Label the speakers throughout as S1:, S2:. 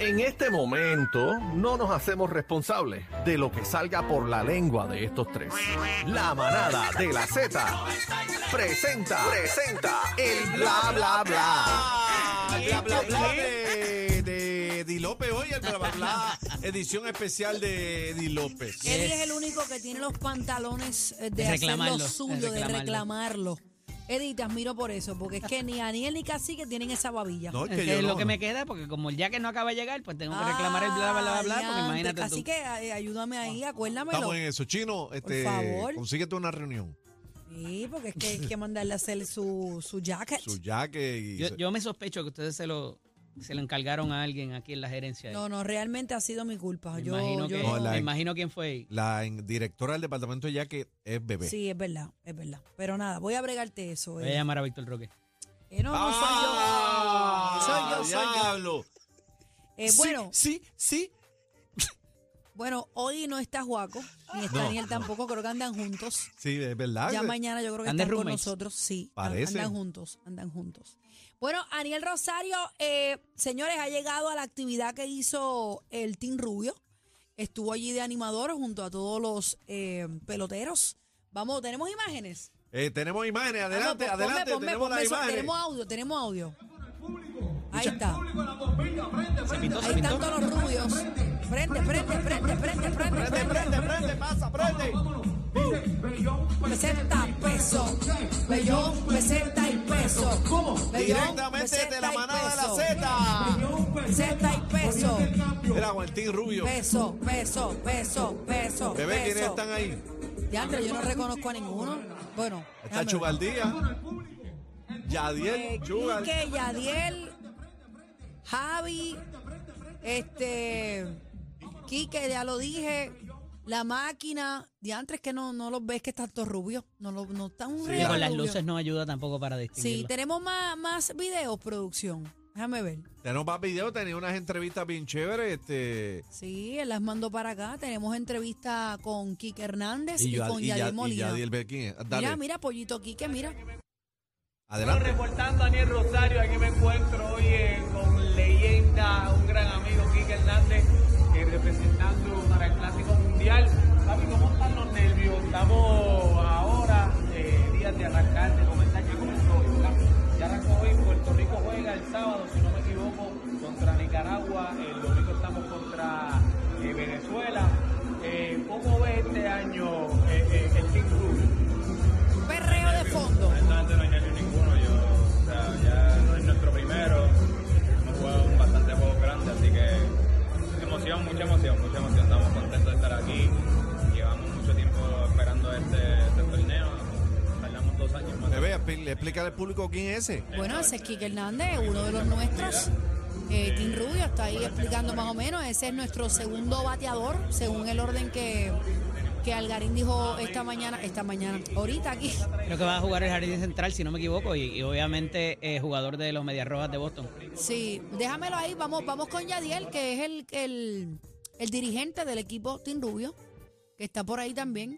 S1: En este momento no nos hacemos responsables de lo que salga por la lengua de estos tres. La manada de la Z presenta, presenta el bla bla bla.
S2: Bla, bla, bla de, de Di López hoy, el bla, bla, bla, edición especial de Di López.
S3: Eddie es el único que tiene los pantalones eh, de hacer lo
S4: reclamarlo,
S3: suyo,
S4: de
S3: de
S4: reclamarlo.
S3: reclamarlo. Eddie, te admiro por eso, porque es que ni Aniel ni Cacique tienen esa babilla.
S2: No, es
S4: Es
S2: que
S4: que
S2: yo
S4: es
S2: no-
S4: Este, lo que me queda, porque como ya que no acaba de llegar, pues tengo que reclamar el bla, bla, bla, bla, porque imagínate
S3: Ah, Así
S4: tú.
S3: que eh, ayúdame ahí, acuérdamelo.
S2: Estamos en eso. Chino, este,
S3: favor.
S2: consíguete una reunión.
S3: Sí, porque es que hay que mandarle a hacer su, su jacket.
S2: Su jaque y...
S4: Yo, yo me sospecho que ustedes se lo, se lo encargaron a alguien aquí en la gerencia.
S3: No, no, realmente ha sido mi culpa.
S4: me
S3: Yo,
S4: imagino,
S3: yo-
S4: que,
S2: No, la-
S4: me imagino quién fue.
S2: La en- directora del departamento de jaque es bebé.
S3: Sí, es verdad, es verdad. Pero nada, voy a bregarte eso.
S4: Voy
S3: Eddie.
S4: a llamar a Víctor Roque.
S3: Eh, no, no
S4: Ah,
S3: soy yo. Soy yo, soy yo.
S2: Ah, diablo.
S3: Eh,
S2: Sí,
S3: bueno,
S2: Sí, sí.
S3: bueno, hoy no está Juaco, ni está
S2: No,
S3: Daniel tampoco, creo que andan juntos.
S2: Sí, es verdad.
S3: Ya
S2: Eh,
S3: mañana yo creo que
S4: ¿Andan
S3: están con
S4: roommates?
S3: nosotros, sí. an-
S2: Parece.
S3: Andan juntos, andan juntos. Bueno, Aniel Rosario, eh, señores, ha llegado a la actividad que hizo el Team Rubio. Estuvo allí de animador junto a todos los eh, peloteros. Vamos, tenemos imágenes.
S2: eh, tenemos imágenes, adelante,
S3: Vamos, pon-
S2: adelante,
S3: ponme, ponme,
S2: tenemos
S3: ponme
S2: las
S3: eso,
S2: imágenes.
S3: tenemos audio, tenemos audio. Ahí está.
S4: Se pintó, se
S3: Ahí están
S4: pintó.
S3: todos los rubios. Frente, frente, frente, frente, frente,
S2: Prende, prende,
S3: frente.
S2: prende, pasa, prende.
S3: Peseta, peso. Bellón, peseta y peso. ¿Cómo?
S2: Directamente de la manada de la Z.
S3: Peseta y peso.
S2: Era Martín Rubio.
S3: Peso, peso, peso, peso.
S2: Bebé, ¿quiénes
S3: peso.
S2: están ahí?
S3: Diandre, yo no reconozco a ninguno. Bueno,
S2: Está
S3: déjame ver.
S2: Chugaldía. Yadiel,
S3: Eh,
S2: Chugal.
S3: Quique, Yadiel, Javi, este, Quique, ya lo dije, la máquina, diantres que no, no los ves que están todos rubios, no, los- no están un
S4: Y
S3: real
S4: con las
S3: rubio.
S4: luces no ayuda tampoco para
S3: Sí,
S4: distinguirlo.
S3: tenemos más, más videos, producción, déjame ver.
S2: Tenemos más videos, tenía unas entrevistas bien chéveres. Este,
S3: Sí, él las mandó para acá, tenemos entrevista con Quique Hernández y,
S2: yo-
S3: con
S2: ya-
S3: Yadiel
S2: y
S3: Molina.
S2: Yadiel Bequín. Dale,
S3: mira, mira, pollito Quique, mira.
S2: adelante.
S5: Reportando a Daniel Rosario, aquí me encuentro hoy eh, con leyenda, un gran amigo, Quique Hernández, eh, representando para el Clásico Mundial. Papi, ¿cómo están los nervios? Estamos ahora eh, días de arrancar, de comenzar, ya comenzó hoy, ¿verdad? Ya arrancó hoy, Puerto Rico juega el sábado, si no me equivoco, contra Nicaragua, el domingo estamos contra eh, Venezuela. Eh, ¿Cómo ve este año eh, eh, el Team Rubio?
S3: Un perreo de fondo.
S5: Honestamente no hay nervios ninguno, yo, o sea, ya no es nuestro primero, hemos jugado un bastante juego grande, así que emoción, mucha emoción, mucha emoción, estamos contentos de estar aquí, llevamos mucho tiempo esperando este, este torneo, tardamos dos años más.
S2: Bebé, expli- explícale al público quién es ese.
S3: Bueno, ese es Quique Hernández, uno de los nuestros. Eh, Tim Rubio está ahí explicando más o menos. Ese es nuestro segundo bateador, según el orden que, que Algarín dijo esta mañana, esta mañana, ahorita aquí.
S4: Creo que va a jugar el Jardín Central, si no me equivoco, y, y obviamente eh, jugador de los Medias Rojas de Boston.
S3: Sí, déjamelo ahí, vamos, vamos con Yadiel, que es el, el, el dirigente del equipo Tim Rubio, que está por ahí también.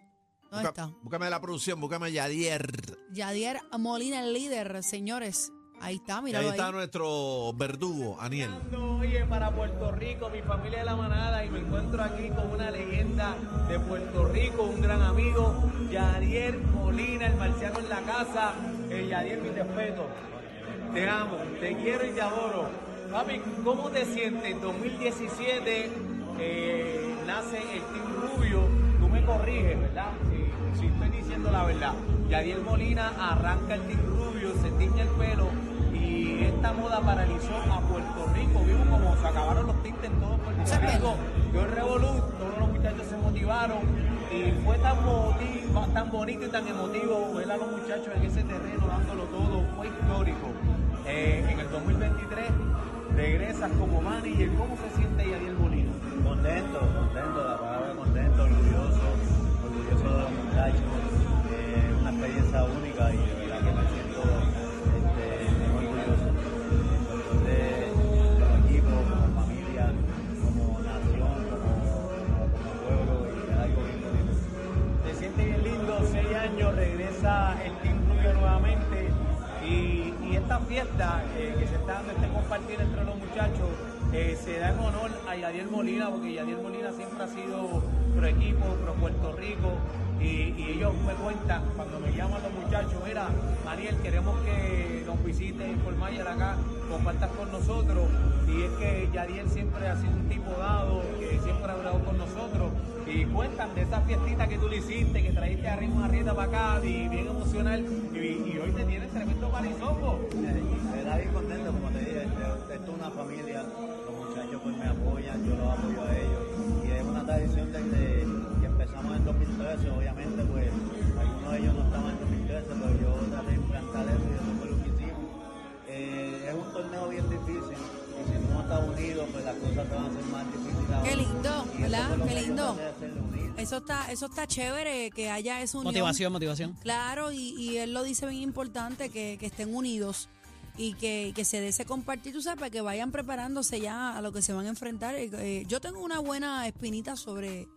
S2: Busca-
S3: ¿Dónde está?
S2: Búscame la producción, búscame a Yadier.
S3: Yadier Molina, el líder, señores. Ahí está,
S2: Y
S3: míralo
S2: ahí está
S3: ahí.
S2: nuestro verdugo, Aniel.
S5: Oye, para Puerto Rico, mi familia de la manada, y me encuentro aquí con una leyenda de Puerto Rico, un gran amigo, Yadier Molina, el marciano en la casa. Eh, Yadier, mi respeto, te amo, te quiero y te adoro. Papi, ¿cómo te sientes? 2017 eh, nace el Team Rubio, tú me corriges, ¿verdad? Sí. si estoy diciendo la verdad. Yadiel Molina arranca el Team Rubio, se tiñe el pelo y esta moda paralizó a Puerto Rico. Vimos como se acabaron los tintes en todo Puerto Rico. Yo el Revolú, todos los muchachos se motivaron y fue tan, motivo, tan bonito y tan emotivo ver a los muchachos en ese terreno dándolo todo. Fue histórico. Eh, en el 2023 regresas como manager. ¿Cómo se siente Yadiel Molina?
S6: Contento, contento, la palabra contento, orgulloso, orgulloso de los muchachos. eh, una experiencia única y de verdad que me siento este, muy orgulloso. Orgulloso de, de los equipos, como familia, como nación, como, como pueblo y es algo bien bonito.
S5: Se siente bien lindo, seis años, regresa el Team Rubio nuevamente y, y esta fiesta eh, que se está dando, este compartir entre los muchachos, eh, se da en honor a Yadiel Molina, porque Yadiel Molina siempre ha sido pro equipo, pro Puerto Rico y, y ellos me cuentan cuando me llaman los muchachos, mira, Mariel, queremos que nos visites en Fort Myers acá, compartas con nosotros y es que Yadiel siempre ha sido un tipo dado, que siempre ha hablado con nosotros y cuentan de esa fiestita que tú le hiciste, que trajiste a Ritmo Arrieta para acá, y bien emocional, y, y hoy te tienes tremendo parizopo.
S6: Eh, Era bien contento, como te dije, este- esto es una familia, los muchachos pues me apoyan, yo los apoyo a ellos. Y es una tradición desde que empezamos en 2013, obviamente pues algunos de ellos no estaban en 2013, pero yo traté de implantar eso y eso fue lo que hicimos. Eh, es un torneo bien difícil y si no estás unido pues las cosas te van a ser más difíciles. ahora.
S3: Qué lindo,
S6: Y eso
S3: ¿verdad?
S6: fue lo
S3: Qué
S6: que yo
S3: lindo.
S6: traté de hacer, unir.
S3: Eso está, eso está chévere que haya esa unión.
S4: Motivación, motivación.
S3: Claro, y, y él lo dice bien importante, que, que estén unidos y que, y que se dé ese compartir, tú sabes, para que vayan preparándose ya a lo que se van a enfrentar. Eh, eh, yo tengo una buena espinita sobre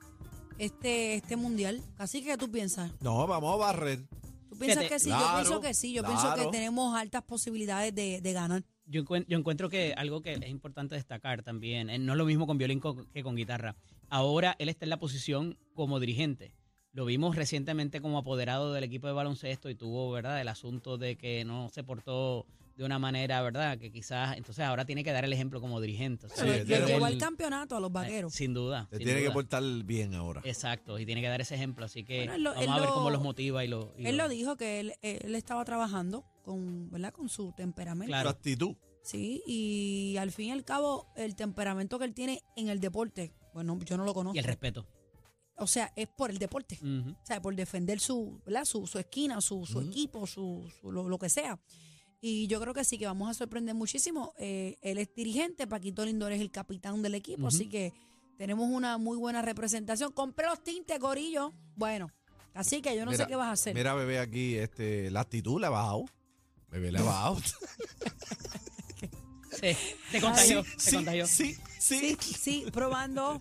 S3: este, este mundial, así que ¿qué tú piensas?
S2: No, vamos a barrer.
S3: ¿Tú piensas
S4: Fíjate,
S3: que sí? yo
S2: claro,
S3: pienso que sí, yo pienso
S2: claro.
S3: que tenemos altas posibilidades de, de ganar.
S4: Yo, encuen- yo encuentro que algo que es importante destacar también, eh, no es lo mismo con violín co- que con guitarra. Ahora él está en la posición como dirigente. Lo vimos recientemente como apoderado del equipo de baloncesto y tuvo, ¿verdad?, el asunto de que no se portó de una manera, ¿verdad?, que quizás, entonces ahora tiene que dar el ejemplo como dirigente. O sea,
S2: Sí,
S3: Le-
S2: él
S3: le
S2: tiene
S3: llegó
S2: buen-
S3: al campeonato a los
S4: eh,
S3: vaqueros.
S4: Sin duda.
S2: Te
S4: sin
S2: tiene que
S4: duda.
S2: portar bien ahora.
S4: Exacto, y tiene que dar ese ejemplo. Así que
S3: Bueno, él lo-
S4: vamos
S3: él
S4: a ver
S3: lo-
S4: cómo los motiva y lo. y
S3: Él
S4: lo-
S3: lo dijo que él, él estaba trabajando con, ¿verdad? con su temperamento.
S4: Claro.
S2: Su actitud.
S3: Sí, y al fin y al cabo, el temperamento que él tiene en el deporte, bueno, yo no lo conozco.
S4: y el respeto. Mm.
S3: O sea, es por el deporte.
S4: Ujú.
S3: O sea, por defender su, ¿verdad? su, su esquina, su,
S4: Mm.
S3: su equipo, su, su- lo, lo que sea. Y yo creo que sí, que vamos a sorprender muchísimo. Eh, él es dirigente, Paquito Lindor es el capitán del equipo,
S4: Ujú.
S3: así que tenemos una muy buena representación. Compré los tintes, Gorillo. Bueno, así que yo no sé qué vas a hacer.
S2: Mira, bebé, aquí este, la actitud la ha bajado. Bebé la ha bajado.
S4: Sí, te contagió, te
S2: sí,
S4: contagió.
S2: sí, sí.
S3: Sí, sí, probando.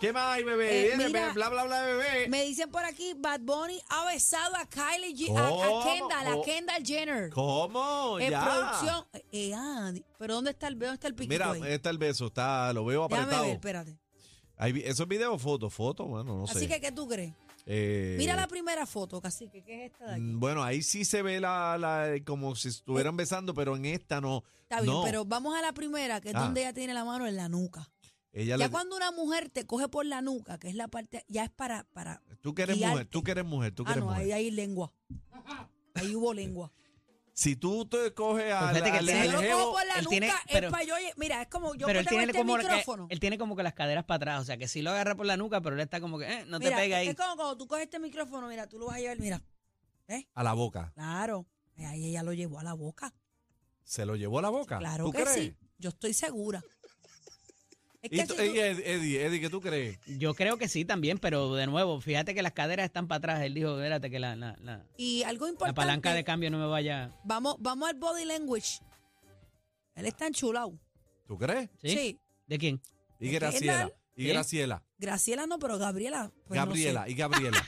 S2: ¿Qué más hay, bebé?
S3: Eh,
S2: Viene,
S3: mira,
S2: bebé, bla, bla, bla, bebé.
S3: Me dicen por aquí, Bad Bunny ha besado a Kylie G- a- a,
S2: ¿Cómo?
S3: Kendall, a
S2: Oh.
S3: Kendall Jenner.
S2: ¿Cómo?
S3: En
S2: ya.
S3: producción. Eh, eh, ah, di- pero ¿dónde está el, dónde está el piquito
S2: Mira,
S3: ahí?
S2: está el beso, está, lo veo
S3: Déjame
S2: apretado.
S3: ver, espérate.
S2: Hay vi- ¿Eso es video o foto? Foto, bueno, no
S3: Así
S2: sé.
S3: que, ¿qué tú crees?
S2: Eh,
S3: Mira la primera foto, cacique, ¿qué es esta de aquí? Eh,
S2: mm, Bueno, ahí sí se ve la, la- eh, como si estuvieran besando, pero en esta no.
S3: Está bien,
S2: no.
S3: pero vamos a la primera, que es
S2: Ah.
S3: donde ella tiene la mano en la nuca.
S2: Ella
S3: Ya,
S2: le-
S3: cuando una mujer te coge por la nuca, que es la parte, ya es para, para,
S2: Tú que eres
S3: guiarte.
S2: mujer, tú que eres mujer, tú que
S3: ah,
S2: eres
S3: no,
S2: mujer.
S3: ahí hay lengua. Ahí hubo lengua.
S2: Si tú te coges a
S4: Pues fíjate que
S2: al-
S4: Sí,
S3: Si
S4: él
S2: al
S3: yo lo
S2: jevo-
S3: cojo por la
S4: él
S3: nuca,
S4: tiene- pero-
S3: es para yo, mira, es como yo
S4: pero
S3: que
S4: él
S3: tengo
S4: tiene,
S3: este
S4: como que,
S3: micrófono.
S4: él tiene como que las caderas para atrás, o sea que sí lo agarra por la nuca, pero él está como que eh, no
S3: Mira,
S4: te pega ahí.
S3: Es como cuando tú coges este micrófono, mira, tú lo vas a llevar, mira,
S2: a la boca.
S3: claro. pues Ahí ella lo llevó a la boca.
S2: ¿Se lo llevó a la boca?
S3: Claro
S2: Ah, ¿Tú
S3: que
S2: crees?
S3: sí. Yo estoy segura. Es
S2: Y
S3: que
S2: tú-
S3: si tú-
S2: y Ed- Eddie, Eddie, ¿qué tú crees?
S4: Yo creo que sí también, pero de nuevo, fíjate que las caderas están para atrás. Él dijo, espérate que la, la, la,
S3: y algo
S4: la
S3: importante.
S4: palanca de cambio no me vaya.
S3: vamos, vamos al body language. Él está enchulado.
S2: ¿Tú crees?
S4: ¿Sí? ¿De quién?
S2: Y
S3: ¿Qué
S2: Graciela.
S3: tal?
S2: Y
S4: ¿Sí?
S2: Graciela.
S3: Graciela no, pero Gabriela. pues no sé.
S2: Gabriela. Y Gabriela.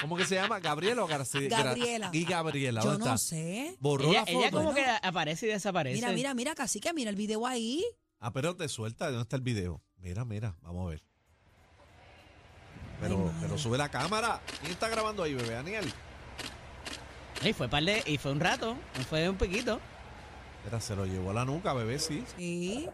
S2: ¿Cómo que se llama? ¿Gabriela o García?
S3: Gabriela.
S2: Y Gabriela.
S3: Yo
S2: ¿Dónde
S3: no
S2: está?
S3: sé.
S2: Borró
S4: Ella,
S2: la
S4: ella
S2: foto.
S4: como que aparece y desaparece.
S3: Mira, mira, mira, casi que mira el video ahí.
S2: Ah, pero te suelta. ¿Dónde está el video? Mira, mira. Vamos a ver.
S3: Ay,
S2: Pero,
S3: madre.
S2: pero sube la cámara. ¿Quién está grabando ahí, bebé? Daniel.
S4: Y fue par de- y fue un rato, no fue un piquito.
S2: Espera, se lo llevó a la nuca, bebé, sí.
S3: Sí.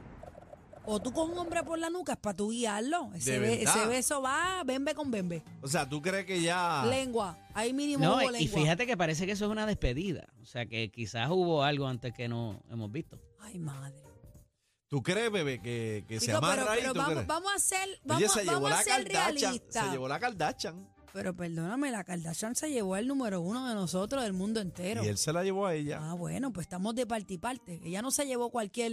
S3: o tú con un hombre por la nuca es para tú guiarlo. Ese,
S2: De
S3: be-
S2: verdad. Ah.
S3: ese beso va, bembe con bembe.
S2: O sea, ¿tú crees que ya...
S3: Lengua, ahí mínimo
S5: No,
S3: hubo
S5: y
S3: lengua.
S5: fíjate que parece que eso es una despedida. O sea, que quizás hubo algo antes que no hemos visto.
S3: Ay, madre.
S2: ¿Tú crees, bebé, que, que se
S3: Chico,
S2: amarra
S3: pero,
S2: ahí?
S3: pero
S2: ¿Tú
S3: vamos,
S2: crees?
S3: vamos a ser,
S2: Oye,
S3: vamos,
S2: se llevó
S3: vamos a
S2: la
S3: ser
S2: Kardashian.
S3: realistas.
S2: Se llevó la Kardashian.
S3: Pero perdóname, la Kardashian se llevó el número uno de nosotros, del mundo entero.
S2: Y él se la llevó a ella.
S3: Ah, bueno, pues estamos de parte y parte. Ella no se llevó cualquier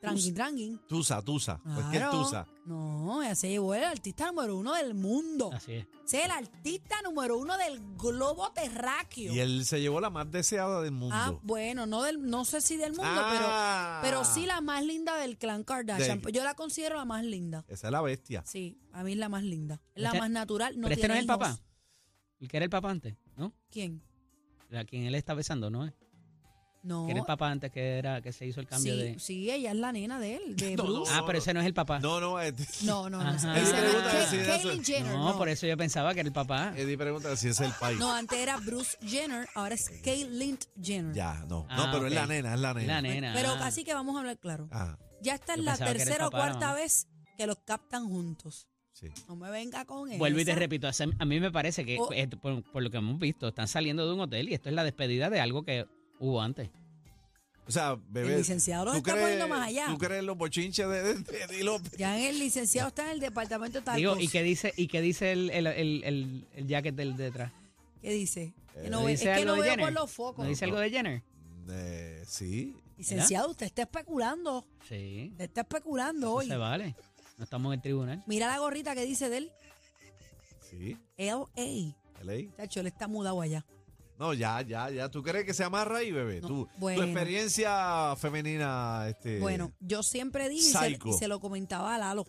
S3: tranqui tranqui.
S2: Tusa, Tusa. Pues que es
S3: Claro.
S2: Tusa.
S3: No, ella se llevó el artista número uno del mundo.
S2: Ah.
S5: Así es.
S3: Ser el artista número uno del globo terráqueo.
S2: Y él se llevó la más deseada del mundo.
S3: Ah, bueno, no del, no sé si del mundo,
S2: Ah.
S3: pero, pero sí la más linda del clan Kardashian.
S2: Del-
S3: Yo la considero la más linda.
S2: Esa es la bestia.
S3: Sí, a mí es la más linda. Es La
S5: Este-
S3: más natural. No
S5: Pero este no es
S3: tiene
S5: el
S3: hijos.
S5: papá. El que era el papá antes, ¿no?
S3: ¿Quién?
S5: A quien él está besando, ¿no? es?
S3: No.
S5: Que era el papá antes que era que se hizo el cambio
S3: sí,
S5: de.
S3: sí, ella es la nena de él, de
S2: No, no,
S3: Bruce.
S5: Ah, pero ese no es el papá.
S2: No, no, este Eddie,
S3: No, no, no.
S5: Ajá.
S3: ese
S2: Eddie
S3: no es
S2: pregunta
S3: Ka-
S2: si es eso.
S3: Caitlyn Jenner.
S5: No,
S3: No,
S5: por eso yo pensaba que era el papá.
S3: Eh,
S2: Eddie pregunta si es el país.
S3: No, antes era Bruce Jenner, ahora es Caitlyn Jenner.
S2: Ya, no.
S5: Ah,
S2: no, pero es la
S5: ok.
S2: nena, es la nena.
S5: La nena.
S3: Pero
S5: ah.
S3: casi que vamos a hablar claro.
S2: Ah,
S3: Ya esta es
S5: Yo
S3: la
S5: pensaba que era el
S3: tercera o
S5: papá de la
S3: cuarta
S5: mamá.
S3: vez que los captan juntos.
S2: sí.
S3: No me venga con eso.
S5: Vuelvo y te repito, a a mí me parece que,
S3: Oh.
S5: eh, por, por lo que hemos visto, están saliendo de un hotel y esto es la despedida de algo que hubo antes.
S2: O sea, bebé.
S3: El licenciado los
S2: ¿tú
S3: está
S2: crees-
S3: poniendo más allá.
S2: ¿Tú crees los bochinches de, de, de Eddie López?
S3: Ya en el licenciado está en el departamento tal
S5: Digo,
S3: cosa.
S5: ¿y qué dice, y qué dice el, el, el, el- el jacket del detrás?
S3: ¿Qué dice? Que no
S5: ¿No
S3: ve-
S5: dice
S3: es que
S5: algo
S3: no
S5: de
S3: veo por
S5: Jenner?
S3: los focos.
S5: ¿No dice algo de Jenner?
S2: Eh, sí.
S3: Licenciado, usted está especulando.
S5: Sí.
S3: Usted está especulando
S5: eso
S3: hoy.
S5: se vale. No estamos en el tribunal.
S3: Mira la gorrita que dice de él.
S2: Sí.
S3: L.A.
S2: LA.
S3: Chacho, él está mudado allá.
S2: No, ya, ya, ya. ¿Tú crees que se amarra ahí, bebé?
S3: No,
S2: Tú-
S3: bueno.
S2: Tu experiencia femenina,
S5: Eh,
S2: este.
S3: Bueno, yo siempre dije y se,
S2: Psycho.
S3: y se lo comentaba a Lalo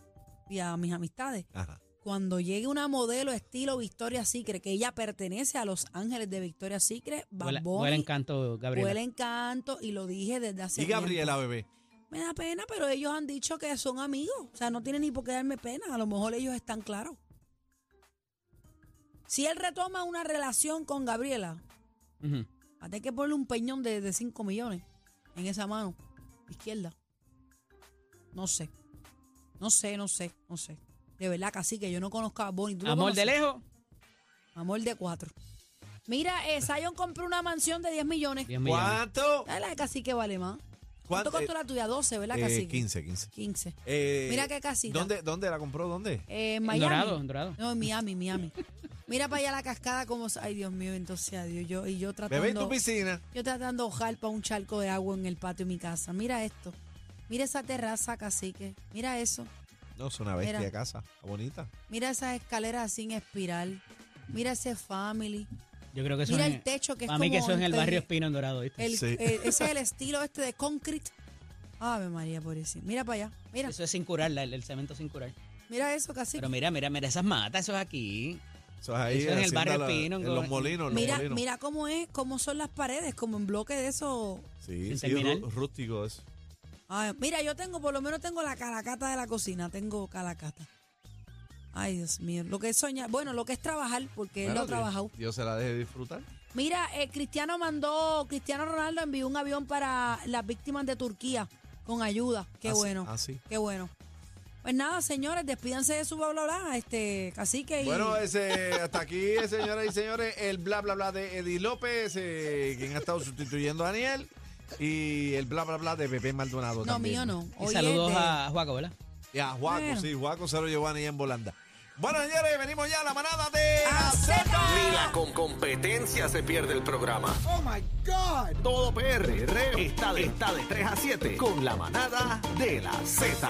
S3: y a mis amistades.
S2: Ajá.
S3: Cuando llegue una modelo estilo Victoria Secret, que ella pertenece a Los Ángeles de Victoria Secret, Bad
S5: Huele,
S3: Bunny,
S5: huele encanto, Gabriela.
S3: huele encanto, y lo dije desde hace
S2: Y Gabriela,
S3: tiempo.
S2: bebé.
S3: Me da pena, pero ellos han dicho que son amigos. O sea, no tienen ni por qué darme pena. A lo mejor ellos están claros. Si él retoma una relación con Gabriela,
S5: Ujú.
S3: va a tener que ponerle un peñón de, de 5 millones en esa mano izquierda. No sé. No sé, no sé, no sé. De verdad, casi que yo no conozco a Bonnie. ¿Tú lo
S5: Amor de
S3: conoces?
S5: lejos,
S3: Amor de cuatro. Mira, eh, Zion compró una mansión de 10 millones.
S5: 10 millones.
S2: ¿Cuánto?
S3: Ay, La de Cacique vale más.
S2: ¿Cuánto?
S3: ¿Cuánto costó la tuya? 12, ¿verdad,
S2: Eh,
S3: Cacique?
S2: 15, 15.
S3: 15.
S2: Eh,
S3: Mira qué casita.
S2: ¿Dónde, dónde la compró? ¿Dónde?
S3: Eh,
S5: En
S3: Miami.
S5: Dorado, en Dorado.
S3: No, en Miami, Miami. Mira para allá la cascada como... Ay, Dios mío, entonces, adiós. Yo, y yo tratando...
S2: Bebé en tu piscina.
S3: Yo tratando de ojar para un charco de agua en el patio de mi casa. Mira esto. Mira esa terraza, cacique. Mira eso.
S2: No, es una bestia
S3: Mira.
S2: de casa. Está bonita.
S3: Mira esas escaleras así en espiral. Mira ese family.
S5: Yo creo que eso
S3: Mira
S5: es-
S3: el techo que es
S5: Para mí que
S3: como
S5: eso es en el
S3: entre-
S5: barrio Espino, en Dorado, ¿viste?
S3: El-
S2: Sí.
S3: eh, ese es el estilo este de concrete. Ave María, por Mira para allá. Mira,
S5: Eso es sin curar, la- el, el cemento sin curar.
S3: mira eso, cacique.
S5: Pero mira, mira, mira esas matas, eso es aquí.
S2: Eso es ahí.
S5: Eso en el
S2: haciendo
S5: barrio
S2: la-
S5: Pino,
S2: En
S5: con-
S2: los molinos. en los
S3: Mira,
S2: molinos.
S3: mira cómo es, cómo son las paredes, como en bloque de eso.
S2: Sí,
S5: Sin
S2: sí, rú-
S5: terminal.
S2: rústico eso.
S3: Ay, mira, yo tengo, por lo menos tengo la calacata de la cocina, tengo calacata. Ay, Dios mío, lo que es soñar, bueno, lo que es trabajar, porque él
S2: Bueno,
S3: lo ha trabajado.
S2: Dios, Dios se la deje disfrutar.
S3: Mira, eh, Cristiano mandó, Cristiano Ronaldo envió un avión para las víctimas de Turquía con ayuda. Qué
S2: Ah, sí,
S3: bueno,
S2: ah, sí.
S3: qué bueno. Pues nada, señores, despídanse de su bla bla bla, este, cacique y
S2: Bueno, ese, hasta aquí, eh, señoras y señores, el bla bla bla de Eddie López, eh, quien ha estado sustituyendo a Daniel, y el bla bla bla de Pepe Maldonado.
S3: no
S2: también.
S3: mío no.
S5: Y
S3: Hoy es
S5: saludos
S3: de-
S5: a Juaco, ¿verdad?
S2: Y a Juaco,
S3: Bueno.
S2: sí, Juaco se lo llevó a Daniel en Bolanda. Bueno, señores, venimos ya a la manada de la
S3: ¡Zeta!
S2: Zeta.
S1: Ni la con competencia se pierde el programa. Oh my God. Todo PR está de, está de 3 a 7 con la manada de la Z.